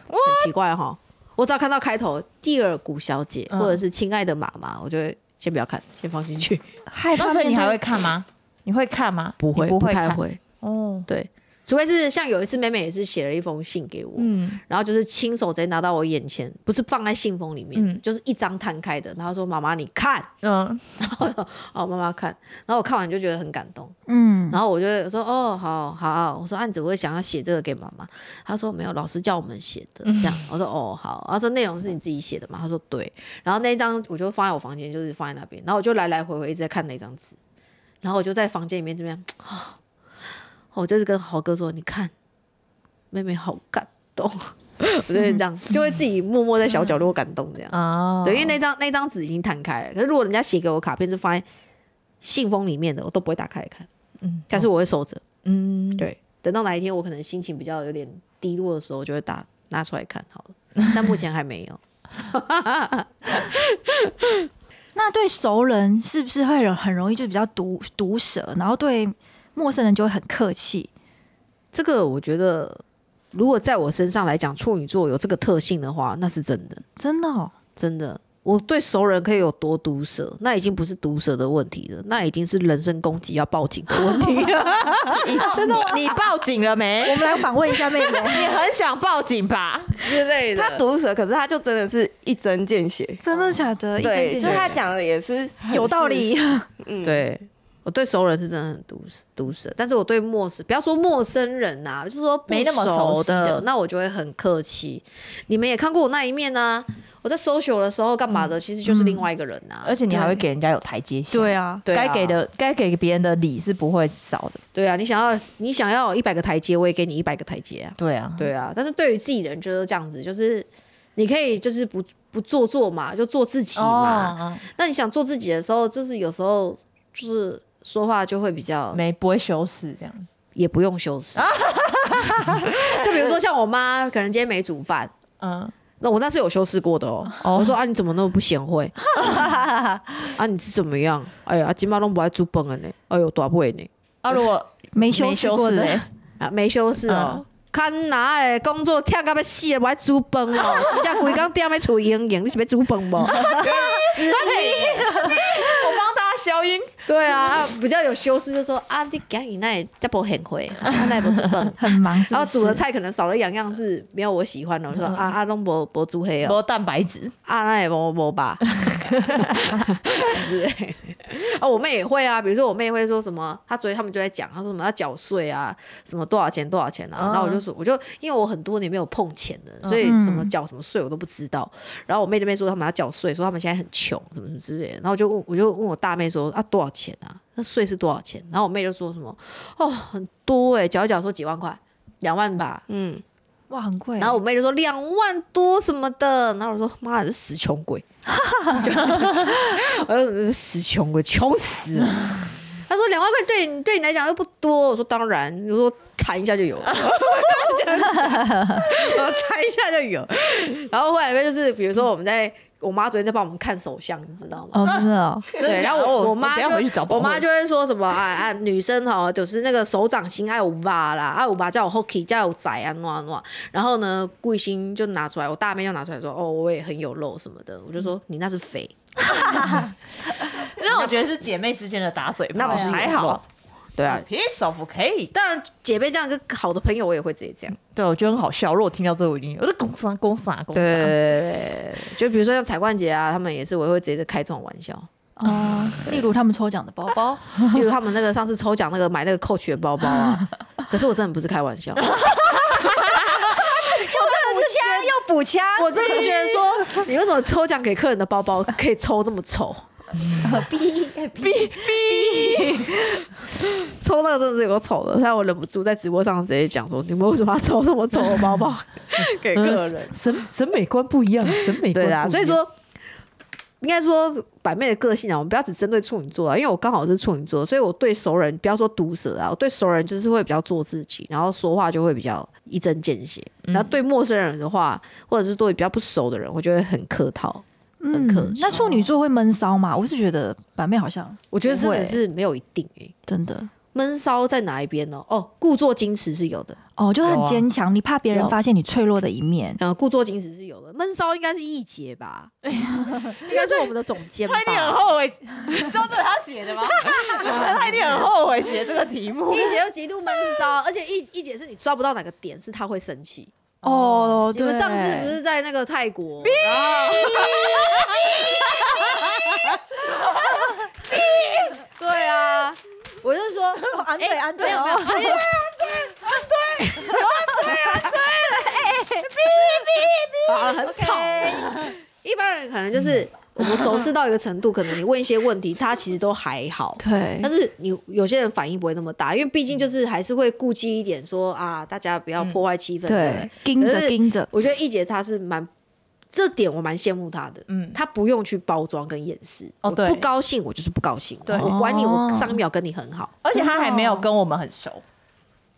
Speaker 1: 很奇怪哈。我只要看到开头“第二谷小姐”
Speaker 2: 嗯
Speaker 1: 或者是“亲爱的妈妈”，我就会先不要看，先放进去。
Speaker 3: 害怕
Speaker 2: 那所以
Speaker 3: 面
Speaker 2: 你还
Speaker 3: 对
Speaker 2: 会看吗？你会看吗？你
Speaker 1: 不
Speaker 2: 不会
Speaker 1: 太
Speaker 2: 看
Speaker 1: 会。
Speaker 2: 哦。
Speaker 1: 对，除非是像有一次妹妹也是写了一封信给我，
Speaker 2: 嗯，
Speaker 1: 然后就是亲手直接拿到我眼前，不是放在信封里面，
Speaker 2: 嗯
Speaker 1: 就是一张摊开的。然后说：“妈妈，你看。
Speaker 2: 嗯，”
Speaker 1: 哦，妈妈看。然后我看完就觉得很感动。
Speaker 3: 嗯，
Speaker 1: 然后我就会说哦，好好我说啊案子我会想要写这个给妈妈。她说没有，老师叫我们写的这样。我说哦，好。她说内容是你自己写的吗？她说对。然后那一张我就放在我房间，就是放在那边。然后我就来来回回一直在看那张纸。然后我就在房间里面这边，啊我就是跟豪哥说，你看，妹妹好感动。 <laughs> 我就是这样，就会自己默默在小角落感动这样。
Speaker 2: 哦，
Speaker 1: 对，因为那张那张纸已经摊开了。可是如果人家写给我卡片是放在信封里面的，我都不会打开来看。
Speaker 2: 嗯
Speaker 1: 但是我会收着。
Speaker 2: 嗯，
Speaker 1: <laughs> 对，等到哪一天我可能心情比较有点低落的时候，我就会打拿出来看好了。 <laughs> 但目前还没有。
Speaker 3: 那对熟人是不是会有很容易就比较毒毒舌，然后对陌生人就会很客气？
Speaker 1: 这个我觉得，如果在我身上来讲，处女座有这个特性的话，那是真的，
Speaker 3: 真的、哦，
Speaker 1: 真的。我对熟人可以有多毒舌，那已经不是毒舌的问题了，那已经是人身攻击要报警的问题了。啊
Speaker 2: 真的，你报警了没？
Speaker 3: 我们来访问一下妹
Speaker 1: <laughs>
Speaker 3: 妹，
Speaker 2: 你很想报警吧？
Speaker 1: 之类
Speaker 4: 他毒舌，可是他就真的是一针见血。
Speaker 3: 真的假
Speaker 1: 哦
Speaker 3: 的？一针
Speaker 4: 对，
Speaker 3: 见
Speaker 4: 就
Speaker 3: 血
Speaker 4: 是他讲的也是很
Speaker 3: 有道
Speaker 4: 事
Speaker 3: 理
Speaker 4: 实。，嗯，
Speaker 1: 对我对熟人是真的很毒舌毒舌，但是我对陌生，不要说陌生人呐、就是说不
Speaker 2: 没那么熟
Speaker 1: 熟
Speaker 2: 悉的
Speaker 1: 那我就会很客气。你们也看过我那一面啊，我在 social 的时候干嘛的，其实就是另外一个人啊呐、
Speaker 2: 而且你还会给人家有台阶下。
Speaker 3: <laughs> 对啊，
Speaker 1: 对啊
Speaker 2: 该给的该给别人的礼是不会少的。
Speaker 1: 对啊，你想要你想要一百个台阶，我也给你一百个台阶啊。
Speaker 2: 对啊，
Speaker 1: 对啊，但是对于自己人就是这样子，就是你可以就是不不做作嘛，就做自己嘛。
Speaker 2: 哦，
Speaker 1: 那你想做自己的时候，就是有时候就是说话就会比
Speaker 5: 哦
Speaker 1: 较
Speaker 2: 没不会修饰这样。
Speaker 1: 也不用修饰。 <laughs> 就比如说像我妈，可能今天没煮饭，
Speaker 2: 嗯，
Speaker 1: 那我那是有修饰过的哦。我说啊，你怎么那么不贤 <laughs> 惠？啊，你是怎么样？哎呀，金妈都不爱煮饭的呢。哎呦，大背呢？
Speaker 2: 啊，
Speaker 5: <laughs>
Speaker 2: 如果
Speaker 3: 没修
Speaker 2: 没
Speaker 3: 饰
Speaker 2: 修
Speaker 3: 过
Speaker 2: 饰
Speaker 3: 的，
Speaker 2: 欸，
Speaker 1: 啊，没修饰哦
Speaker 2: 嗯。
Speaker 1: 看哪诶，工作跳到要死了，不爱煮饭哦，人家规工踮咧厝营营，你是要煮 <laughs> 饭无？哎
Speaker 2: 我帮大家消音。
Speaker 1: 对啊，啊比较有修饰，就说啊，你今日那这不贤惠，啊，那不煮饭。
Speaker 3: 很忙是不是，
Speaker 1: 然后哦煮的菜可能少了两样是没有我喜欢的，我就说啊啊，拢无无煮黑哦。
Speaker 2: 多蛋白质，
Speaker 1: 啊，那也摸摸吧，之类的。哦，我妹也会啊，比如说我妹会说什么，她昨天他们就在讲，她说什么要缴税啊，什么多少钱多少钱啊，
Speaker 2: 嗯
Speaker 1: 然后我就说，我就因为我很多年没有碰钱的，所以什么缴什么税我都不知道。然后我妹这边说他们要缴税，说他们现在很穷，什么什么之类的。然后我就问，我就问我大妹说啊多少钱啊？那税是多少钱？然后我妹就说什么哦很多哎、欸，缴一缴说几万块，两万吧，
Speaker 4: 嗯，
Speaker 3: 哇，很贵。
Speaker 1: 然后我妹就说两万多什么的，然后我说妈的死 <laughs> 穷鬼，就我说死穷鬼，穷死了。他说两万块对你对你来讲又不多，我说当然，我说谈一下就有了， <laughs> 这样讲我说谈一下就有。然后后来就是比如说我们在。我妈昨天在帮我们看手相，你知道吗？
Speaker 3: 哦，真的哦，
Speaker 1: 对，然后我我妈
Speaker 2: 等
Speaker 1: 就
Speaker 2: 下回去找
Speaker 1: 我
Speaker 2: 宝
Speaker 1: 妈
Speaker 2: 惠
Speaker 1: 就会说什么啊啊，女生哦，就是那个手掌心爱我爸啦，啊爱我爸叫我 Hockey 叫我仔啊，诺啊诺啊。然后呢，顾一心就拿出来，我大妹就拿出来说，哦，我也很有肉什么的。我就说你那是肥，
Speaker 5: 那我觉得是姐妹之间的打嘴炮，
Speaker 1: 那不是有
Speaker 5: 还
Speaker 1: 肉
Speaker 5: 好，
Speaker 1: 对啊。
Speaker 5: ，piece of 可以。
Speaker 1: 当然，姐妹这样跟好的朋友，我也会直接这样。
Speaker 2: 对，我觉得很好笑。如果听到这，我一定我在公啥公啥公啥。
Speaker 1: 对，就比如说像彩冠姐啊，他们也是，我也会直接开这种玩笑。 <laughs>
Speaker 3: 哦，例如他们抽奖的包包，
Speaker 1: 例如他们那个上次抽奖那个买那个 Coach 的包包 <laughs> 啊，可是我真的不是开玩笑。
Speaker 3: 补枪又补枪，
Speaker 1: <laughs> 我真的觉得说， <laughs> 你为什么抽奖给客人的包包可以抽那么丑？ <laughs> 逼逼逼！ <laughs> 抽那个真的是有个丑的，但我忍不住在直播上直接讲说，你们为什么要抽这么丑的包包给客人？
Speaker 2: 呃审审美观不一样，审美观
Speaker 1: 对
Speaker 5: 啊
Speaker 1: 啦，
Speaker 2: 不一样
Speaker 1: 所以说应该说板妹的个性啊，我们不要只针对处女座啊，因为我刚好是处女座，所以我对熟人不要说毒舌啊，我对熟人就是会比较做自己，然后说话就会比较一针见血。然后对陌生人的话，或者是对比较不熟的人，我就会很客套。很客
Speaker 3: 嗯，
Speaker 1: 气
Speaker 3: 那处女座会闷骚吗？我是觉得板妹好像
Speaker 1: 我觉得真
Speaker 3: 不
Speaker 1: 的
Speaker 3: 会
Speaker 1: 是没有一定诶、
Speaker 3: 真的
Speaker 1: 闷骚在哪一边呢？哦，故作矜持是有的，
Speaker 3: 哦，就
Speaker 2: 有
Speaker 3: 很
Speaker 2: 啊
Speaker 3: 坚强，你怕别人
Speaker 1: 有
Speaker 3: 发现你脆弱的一面。
Speaker 1: 嗯，故作矜持是有的。闷骚应该是易杰吧？ <laughs> 应该是我们的总监吧
Speaker 5: 他一？定很后悔， <laughs> 你知道这是他写的
Speaker 1: <laughs>
Speaker 5: 吗？他一定很后悔写这个题目。
Speaker 1: 易姐又极度闷骚，而且易易姐是你抓不到哪个点是她会生气。
Speaker 3: 哦，
Speaker 1: 你们
Speaker 3: 对
Speaker 1: 上次不是在那个泰国，然后对啊，我就是说，安对安对，没有没有，安对安对安对安对，好很吵。一般人可能就是我们熟识到一个程度，可能你问一些问题，他其实都还好。
Speaker 3: 对
Speaker 1: 但是你有些人反应不会那么大，因为毕竟就是还是会顾忌一点说，啊，大家不要破坏气氛。对不对
Speaker 3: 对，盯
Speaker 1: 可是
Speaker 3: 着盯着，
Speaker 1: 我觉得易姐她是蛮这点我蛮羡慕她的，嗯
Speaker 2: 嗯，
Speaker 1: 她不用去包装跟掩饰，我
Speaker 2: 哦对
Speaker 1: 不高兴我就是不高兴，
Speaker 2: 对
Speaker 1: 我管你，我
Speaker 3: 哦
Speaker 1: 上一秒跟你很好，
Speaker 5: 而且他还没有跟我们很熟，
Speaker 1: 哦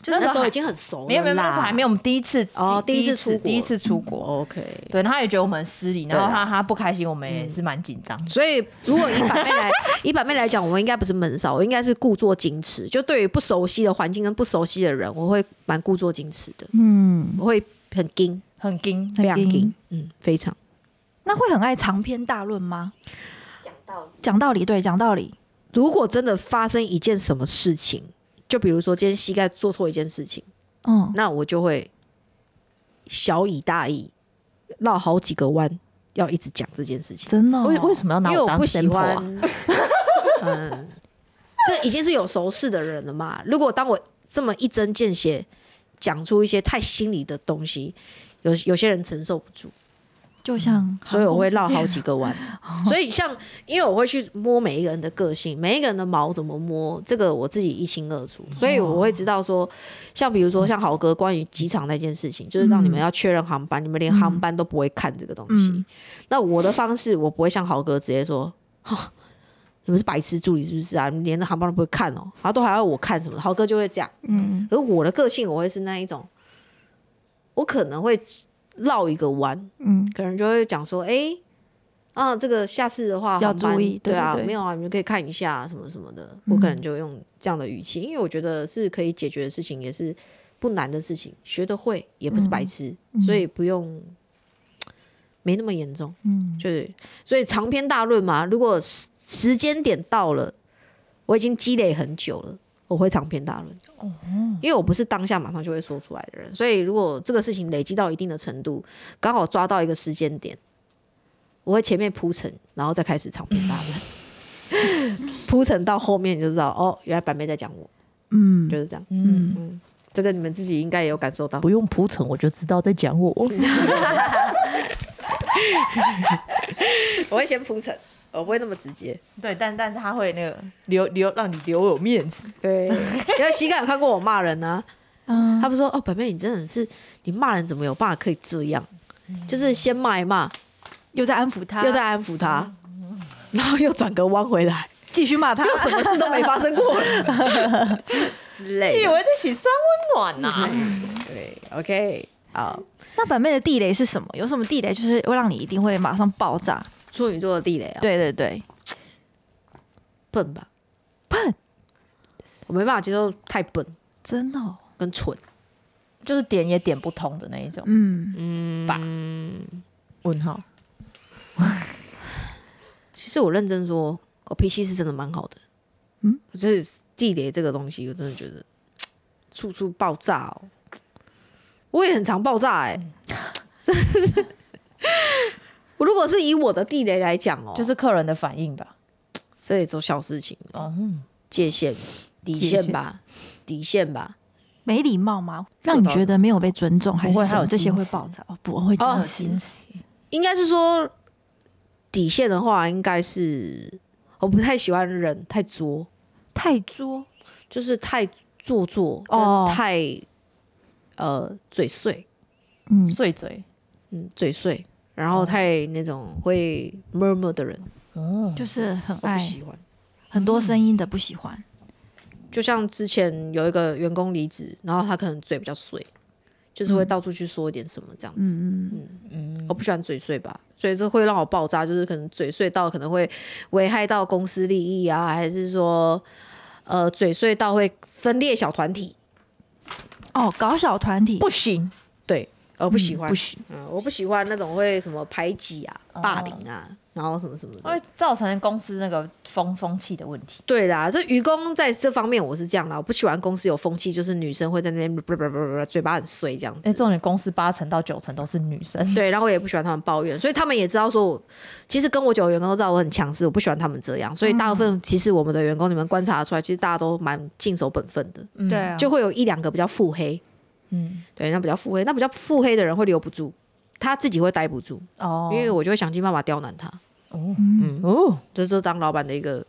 Speaker 1: 就是那时候已经很熟了啦，
Speaker 5: 没有没有，那时候还没有，我们第一次
Speaker 1: 哦第一次出国
Speaker 5: 第一次出国，
Speaker 1: 哦 OK。
Speaker 5: 对，然后他也觉得我们很失礼，然后
Speaker 1: 对啊
Speaker 5: 他他不开心，我们也是蛮紧张。
Speaker 1: 所以，如果以板妹来 <laughs> 以板妹来讲，我应该不是闷骚，我应该是故作矜持。就对于不熟悉的环境跟不熟悉的人，我会蛮故作矜持的，
Speaker 3: 嗯，
Speaker 1: 我会很矜，
Speaker 5: 很惊，
Speaker 1: 非常
Speaker 3: 很
Speaker 1: 矜
Speaker 3: 矜，
Speaker 1: 嗯，非常。
Speaker 3: 那会很爱长篇大论吗？讲道理，对，讲道理，
Speaker 1: 如果真的发生一件什么事情，就比如说今天膝盖做错一件事情。
Speaker 3: 嗯，
Speaker 1: 那我就会小以大意，绕好几个弯，要一直讲这件事情，
Speaker 3: 真的哦，
Speaker 2: 为为什么要拿
Speaker 1: 嗯因为我
Speaker 2: 当
Speaker 1: 不喜
Speaker 2: sample
Speaker 1: 欢
Speaker 2: 啊？。 <laughs>
Speaker 1: 嗯，这已经是有熟识的人了嘛。如果当我这么一针见血讲出一些太心里的东西，有有些人承受不住，
Speaker 3: 就像，
Speaker 1: 嗯所以我会绕好几个弯。所以像，因为我会去摸每一个人的个性，每一个人的毛怎么摸，这个我自己一清二楚。所以我会知道说，像比如说像豪哥关于机场那件事情，就是让你们要确认航班，你们连航班都不会看这个东西。
Speaker 3: 嗯
Speaker 1: <laughs> 那我的方式，我不会像豪哥直接说，哈。 <laughs> 你们是白痴助理是不是啊？你们连这航班都不会看哦，然后都还要我看什么的？豪哥就会这样。
Speaker 3: 嗯，
Speaker 1: 而我的个性，我会是那一种，我可能会绕一个弯，
Speaker 3: 嗯，
Speaker 1: 可能就会讲说，哎、啊，这个下次的话
Speaker 3: 要
Speaker 1: 航班
Speaker 3: 注意对
Speaker 1: 对啊，
Speaker 3: 对对
Speaker 1: 没有啊，你们可以看一下什么什么的。我可能就用这样的语气，因为我觉得是可以解决的事情，也是不难的事情，学得会也不是白痴，所以不用没那么严重。嗯，就是所以长篇大论嘛，如果时时间点到了，我已经积累很久了。我会长篇大论，因为我不是当下马上就会说出来的人，所以如果这个事情累积到一定的程度，刚好抓到一个时间点，我会前面铺陈，然后再开始长篇大论，铺陈到后面你就知道哦，原来板妹在讲我，
Speaker 3: 嗯，
Speaker 1: 就是这样。
Speaker 2: 嗯，
Speaker 1: 这个你们自己应该也有感受到。
Speaker 2: 不用铺陈，我就知道在讲我。
Speaker 1: <laughs> 我会
Speaker 4: 嗯 <laughs>
Speaker 1: 先铺陈，
Speaker 4: 哦
Speaker 1: 我不会那么直接。
Speaker 5: <laughs> 对，但但是他会那个，
Speaker 2: 留留让你留有面子，
Speaker 1: 对，因为膝盖有看过我骂人啊，
Speaker 3: 嗯，
Speaker 1: 他们说哦，板妹你真的是，你骂人怎么有办法可以这样？就是先骂一骂，
Speaker 3: 又在安抚他，
Speaker 1: 又在安抚他，然后又转个弯回来，
Speaker 3: 继续骂他，
Speaker 4: 又什么事都没发生
Speaker 1: <laughs>
Speaker 4: 过了 <laughs> 之类
Speaker 1: 哎
Speaker 5: 你以
Speaker 4: 的。
Speaker 5: 为这喜三温暖呐、 <laughs>
Speaker 4: 对，OK，好，
Speaker 3: <laughs> 那板妹的地雷是什么？有什么地雷就是会让你一定会马上爆炸？
Speaker 1: 处女座的地雷啊，
Speaker 3: 对对对，
Speaker 1: 笨吧，
Speaker 3: 笨，
Speaker 1: 我没办法接受太笨
Speaker 3: 真的、哦，
Speaker 1: 跟蠢。
Speaker 2: 就是点也点不通的那一种。
Speaker 3: 嗯，
Speaker 2: 问号，
Speaker 1: <laughs> 其实我认真说，我脾气是真的蛮好的。
Speaker 3: 嗯，
Speaker 1: 就是地雷这个东西，我真的觉得处处爆炸哦。我也很常爆炸哎、真
Speaker 2: 嗯
Speaker 1: 是。我 <laughs> 如果是以我的地雷来讲哦，
Speaker 2: 就是客人的反应吧。
Speaker 1: 这也都小事情了，
Speaker 2: 哦，嗯
Speaker 1: 界限、底
Speaker 2: 界
Speaker 1: 线
Speaker 2: 限
Speaker 1: 吧，底线吧。
Speaker 3: 没礼貌吗？让你觉得没有被尊重，还
Speaker 2: 不
Speaker 3: 是
Speaker 2: 会
Speaker 3: 什
Speaker 2: 还
Speaker 3: 么
Speaker 2: 有
Speaker 3: 这些
Speaker 2: 矜
Speaker 3: 会
Speaker 2: 持
Speaker 3: 爆炸？哦，不我会
Speaker 2: 哦
Speaker 3: 矜
Speaker 2: 矜
Speaker 3: 持，
Speaker 2: 持
Speaker 1: 应该是说底线的话，应该是我不太喜欢人太作，
Speaker 3: 太作
Speaker 1: 就是太做作，跟
Speaker 3: 哦
Speaker 1: 太、呃嘴碎，
Speaker 3: 嗯，
Speaker 2: 碎嘴，
Speaker 1: 嗯，嘴碎，然后太那种会 murmur 的人，
Speaker 2: 哦，
Speaker 3: 就是很
Speaker 1: 我不
Speaker 3: 爱
Speaker 1: 喜欢。
Speaker 3: 很
Speaker 2: 嗯
Speaker 3: 多声音的不喜欢。
Speaker 1: 就像之前有一个员工离职，然后他可能嘴比较碎，就是会到处去说一点什么这样子。
Speaker 3: 嗯嗯，
Speaker 1: 我不喜欢嘴碎吧，所以这会让我爆炸，就是可能嘴碎到可能会危害到公司利益啊，还是说呃嘴碎到会分裂小团体，
Speaker 3: 哦，搞小团体，
Speaker 2: 不行，
Speaker 1: 对，我不喜
Speaker 2: 嗯
Speaker 1: 欢，
Speaker 2: 不行，
Speaker 1: 嗯，我不喜欢那种会什么排挤啊、
Speaker 2: 哦
Speaker 1: 霸凌啊，然后什么什么的。
Speaker 2: 会造成公司那个风风气的问题。
Speaker 1: 对啦，这愚公在这方面我是这样啦，我不喜欢公司有风气，就是女生会在那边不不不不不嘴巴很碎这样子。
Speaker 2: 哎，重点公司八成到九成都是女生，
Speaker 1: 对，然后我也不喜欢他们抱怨，所以他们也知道说我，其实跟我久的员工都知道我很强势，我不喜欢他们这
Speaker 2: 嗯
Speaker 1: 样，所以大部分其实我们的员工，你们观察出来，其实大家都蛮尽守本分的，
Speaker 2: 嗯
Speaker 3: 对啊，
Speaker 1: 就会有一两个比较腹黑，
Speaker 2: 嗯，
Speaker 1: 对，那比较腹黑，那比较腹黑的人会留不住，他自己会待不住，
Speaker 2: 哦，
Speaker 1: 因为我就会想尽办法刁难他，
Speaker 2: 哦
Speaker 1: 嗯，
Speaker 2: 哦，
Speaker 1: 这就是当老板的一个，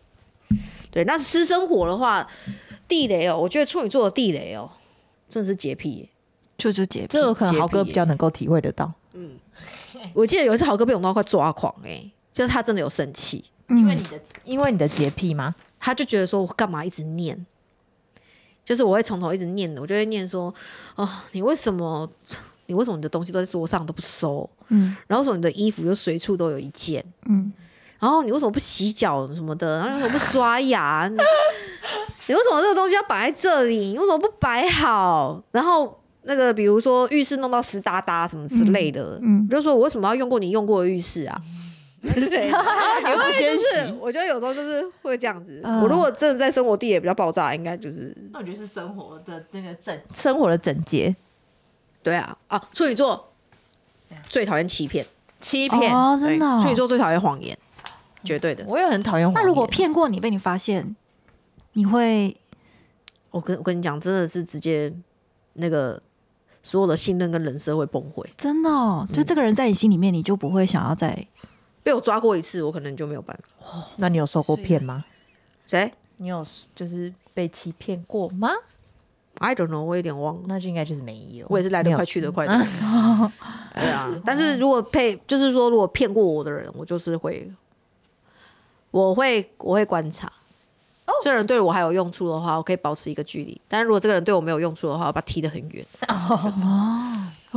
Speaker 1: 对，那私生活的话，地雷哦，我觉得处女座的地雷哦，真的是洁癖耶、
Speaker 3: 就就洁癖
Speaker 2: 这个可能
Speaker 1: 洁
Speaker 2: 豪哥
Speaker 1: 癖
Speaker 2: 比较能够体会得到，
Speaker 1: 我记得有一次豪哥被我弄到快抓狂哎、就是他真的有生气。
Speaker 2: 因为
Speaker 3: 嗯
Speaker 2: 你的因为你的洁癖吗？
Speaker 1: 他就觉得说我干嘛一直念，就是我会从头一直念的，我就会念说，哦，你为什么？你为什么你的东西都在桌上都不收？
Speaker 3: 嗯
Speaker 1: 然后为什么你的衣服就随处都有一件？
Speaker 3: 嗯，
Speaker 1: 然后你为什么不洗脚什么的？然后你为什么不刷牙？ <laughs> 你你为什么这个东西要摆在这里？你为什么不摆好？然后那个比如说浴室弄到湿哒哒什么之类的，
Speaker 3: 嗯嗯
Speaker 1: 比如说我为什么要用过你用过的浴室
Speaker 3: <laughs>
Speaker 1: 啊？之类的，
Speaker 2: 你会先
Speaker 1: 就是， <laughs> 我觉得有时候就是会这样子。
Speaker 3: 嗯
Speaker 1: 我如果真的在生活地也比较爆炸，应该就是
Speaker 2: 那我觉得是生活的那个整生活的整洁
Speaker 1: 对啊啊，处女座最讨厌欺骗，
Speaker 2: 欺骗，
Speaker 3: 哦，啊真的哦，
Speaker 1: 对处女座最讨厌谎言，绝对的。
Speaker 2: 我也很讨厌谎言。
Speaker 3: 那如果骗过你被你发现，你会
Speaker 1: 我跟我跟你讲，真的是直接那个所有的信任跟人设会崩溃。
Speaker 3: 真的哦，就这个人在你心里面，你就不会想要再
Speaker 1: 被我抓过一次，我可能就没有办法。
Speaker 2: 那你有受过骗吗？
Speaker 1: 谁
Speaker 2: 你有就是被欺骗过吗？
Speaker 1: ？I don't know，我有点忘了。
Speaker 2: 那就应该就是没有。
Speaker 1: 我也是来得快去得快
Speaker 2: <laughs>
Speaker 1: 的人。对啊，但是如果配，就是说，如果骗过我的人，我就是会，我会我会观察。
Speaker 2: 哦
Speaker 1: 这个人对我还有用处的话，我可以保持一个距离；但是如果这个人对我没有用处的话，我把他踢得很远。
Speaker 2: 哦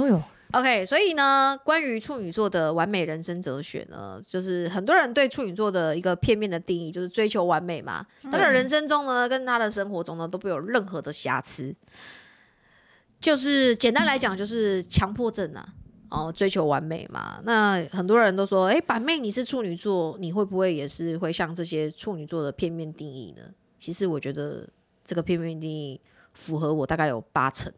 Speaker 2: 呦，
Speaker 1: OK，所以呢，关于处女座的完美人生哲学呢，就是很多人对处女座的一个片面的定义，就是追求完美嘛。他的人生中呢，跟他的生活中呢，都不会有任何的瑕疵。就是简单来讲，就是强迫症啊，哦，追求完美嘛。那很多人都说，哎、板妹你是处女座，你会不会也是会像这些处女座的片面定义呢？其实我觉得这个片面定义符合我大概有八成。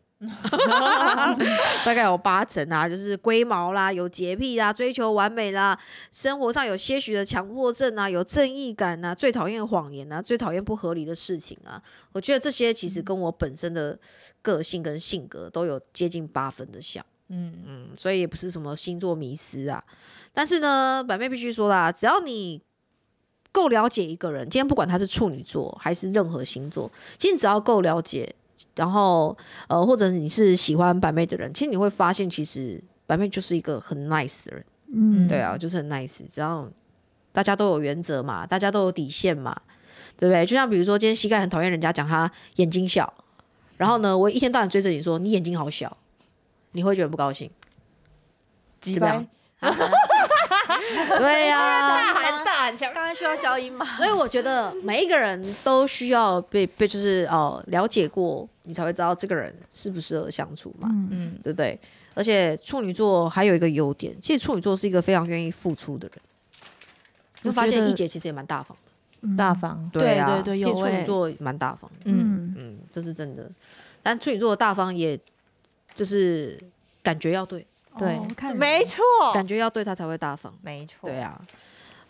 Speaker 1: 大概有八成啊，就是龟毛啦，有洁癖啦，追求完美啦，生活上有些许的强迫症啊，有正义感啊，最讨厌谎言啊，最讨厌不合理的事情啊。我觉得这些其实跟我本身的个性跟性格都有接近八分的像，
Speaker 2: 嗯，
Speaker 1: 嗯，所以也不是什么星座迷失啊。但是呢，板妹必须说啦，只要你够了解一个人，今天不管他是处女座还是任何星座，其实你只要够了解，然后呃，或者你是喜欢板妹的人，其实你会发现，其实板妹就是一个很 nice 的人。
Speaker 3: 嗯
Speaker 1: 对啊，就是很 nice。只要大家都有原则嘛，大家都有底线嘛，对不对？就像比如说，今天膝盖很讨厌人家讲他眼睛小，然后呢，我一天到晚追着你说你眼睛好小，你会觉得很不高兴，
Speaker 5: 击
Speaker 1: 怎么
Speaker 5: 败
Speaker 1: 样？啊 <laughs> 对呀、
Speaker 4: 啊
Speaker 5: 大
Speaker 4: <laughs>
Speaker 5: 喊大喊强，
Speaker 3: 刚刚需要消音吗？
Speaker 1: 所以我觉得每一个人都需要被被就是哦了解过，你才会知道这个人适不适合相处嘛，
Speaker 3: 嗯，
Speaker 2: 嗯，
Speaker 1: 对不对？而且处女座还有一个优点，其实处女座是一个非常愿意付出的人。你会发
Speaker 3: 我觉
Speaker 1: 现
Speaker 3: 得
Speaker 1: 一姐其实也蛮大方的，
Speaker 3: 嗯
Speaker 2: 大方，
Speaker 3: 对
Speaker 1: 啊，
Speaker 3: 对对有
Speaker 1: 其实处
Speaker 3: 欸
Speaker 1: 女座蛮大方的，
Speaker 2: 嗯，
Speaker 3: 嗯，
Speaker 1: 嗯，这是真的。但处女座的大方也就是感觉要对，
Speaker 2: 对
Speaker 3: 哦，看人
Speaker 5: 没错，
Speaker 1: 感觉要对他才会大方。
Speaker 5: 没错
Speaker 1: 对啊，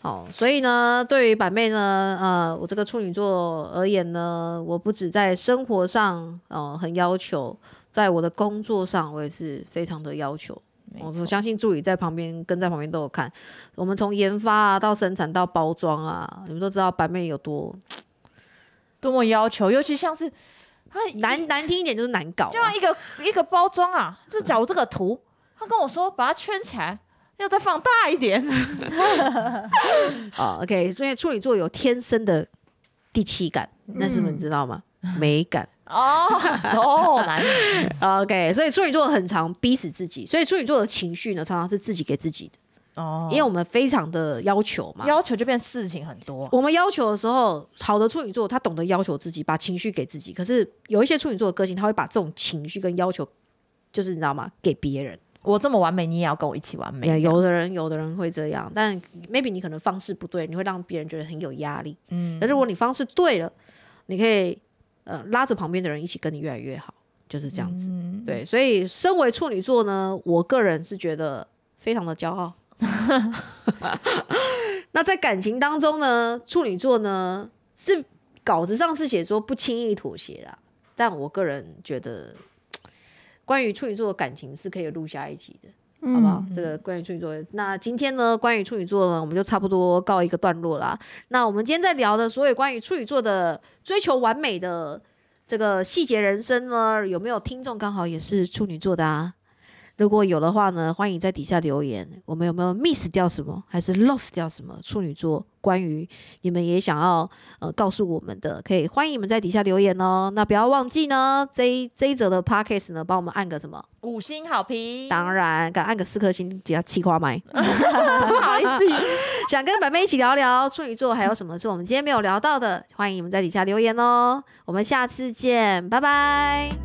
Speaker 1: 哦，所以呢，对于板妹呢，呃，我这个处女座而言呢，我不止在生活上，呃，很要求，在我的工作上，我也是非常的要求。我我相信助理在旁边跟在旁边都有看，我们从研发啊到生产到包装啊，你们都知道板妹有多
Speaker 2: 多么要求，尤其像是他
Speaker 1: 难难听一点就是难搞啊、
Speaker 2: 就像一个一个包装啊，就假如这个图，他跟我说把它圈起来，要再放大一点，
Speaker 1: 啊、o k 所以处女座有天生的第七感，那是什么
Speaker 2: 嗯
Speaker 1: 你知道吗？美感。
Speaker 2: <laughs>
Speaker 5: 哦，哦，难
Speaker 1: OK，所以处女座很常逼死自己，所以处女座的情绪呢，常常是自己给自己的，
Speaker 2: 哦
Speaker 1: 因为我们非常的要求嘛。
Speaker 2: 要求就变事情很多，
Speaker 1: 我们要求的时候，好的处女座他懂得要求自己，把情绪给自己。可是有一些处女座的个性，他会把这种情绪跟要求，就是你知道吗？给别人。
Speaker 2: 我这么完美，你也要跟我一起完美，
Speaker 1: 有的人，有的人会这样，但 maybe 你可能方式不对，你会让别人觉得很有压力。
Speaker 2: 嗯
Speaker 1: 但如果你方式对了，你可以呃拉着旁边的人一起跟你越来越好，就是这样子。
Speaker 2: 嗯，
Speaker 1: 对，所以身为处女座呢，我个人是觉得非常的骄傲。 <laughs> 那在感情当中呢，处女座呢是稿子上是写说不轻易妥协啦，但我个人觉得，关于处女座的感情是可以录下一集的。
Speaker 3: 嗯
Speaker 1: 好不好？这个关于处女座，那今天呢，关于处女座呢，我们就差不多告一个段落啦。那我们今天在聊的所有关于处女座的追求完美的这个细节人生呢，有没有听众刚好也是处女座的啊？如果有的话呢，欢迎在底下留言，我们有没有 miss 掉什么，还是 lost 掉什么？处女座关于你们也想要呃告诉我们的，可以欢迎你们在底下留言哦。那不要忘记呢，这一这一则的 podcast 呢，帮我们按个什么？
Speaker 2: 五星好评，
Speaker 1: 当然，敢按个四颗星，只要气夸麦。
Speaker 2: <laughs> 不好意思，
Speaker 1: 想跟板妹一起聊聊处女座，还有什么是我们今天没有聊到的？欢迎你们在底下留言哦。我们下次见，拜拜。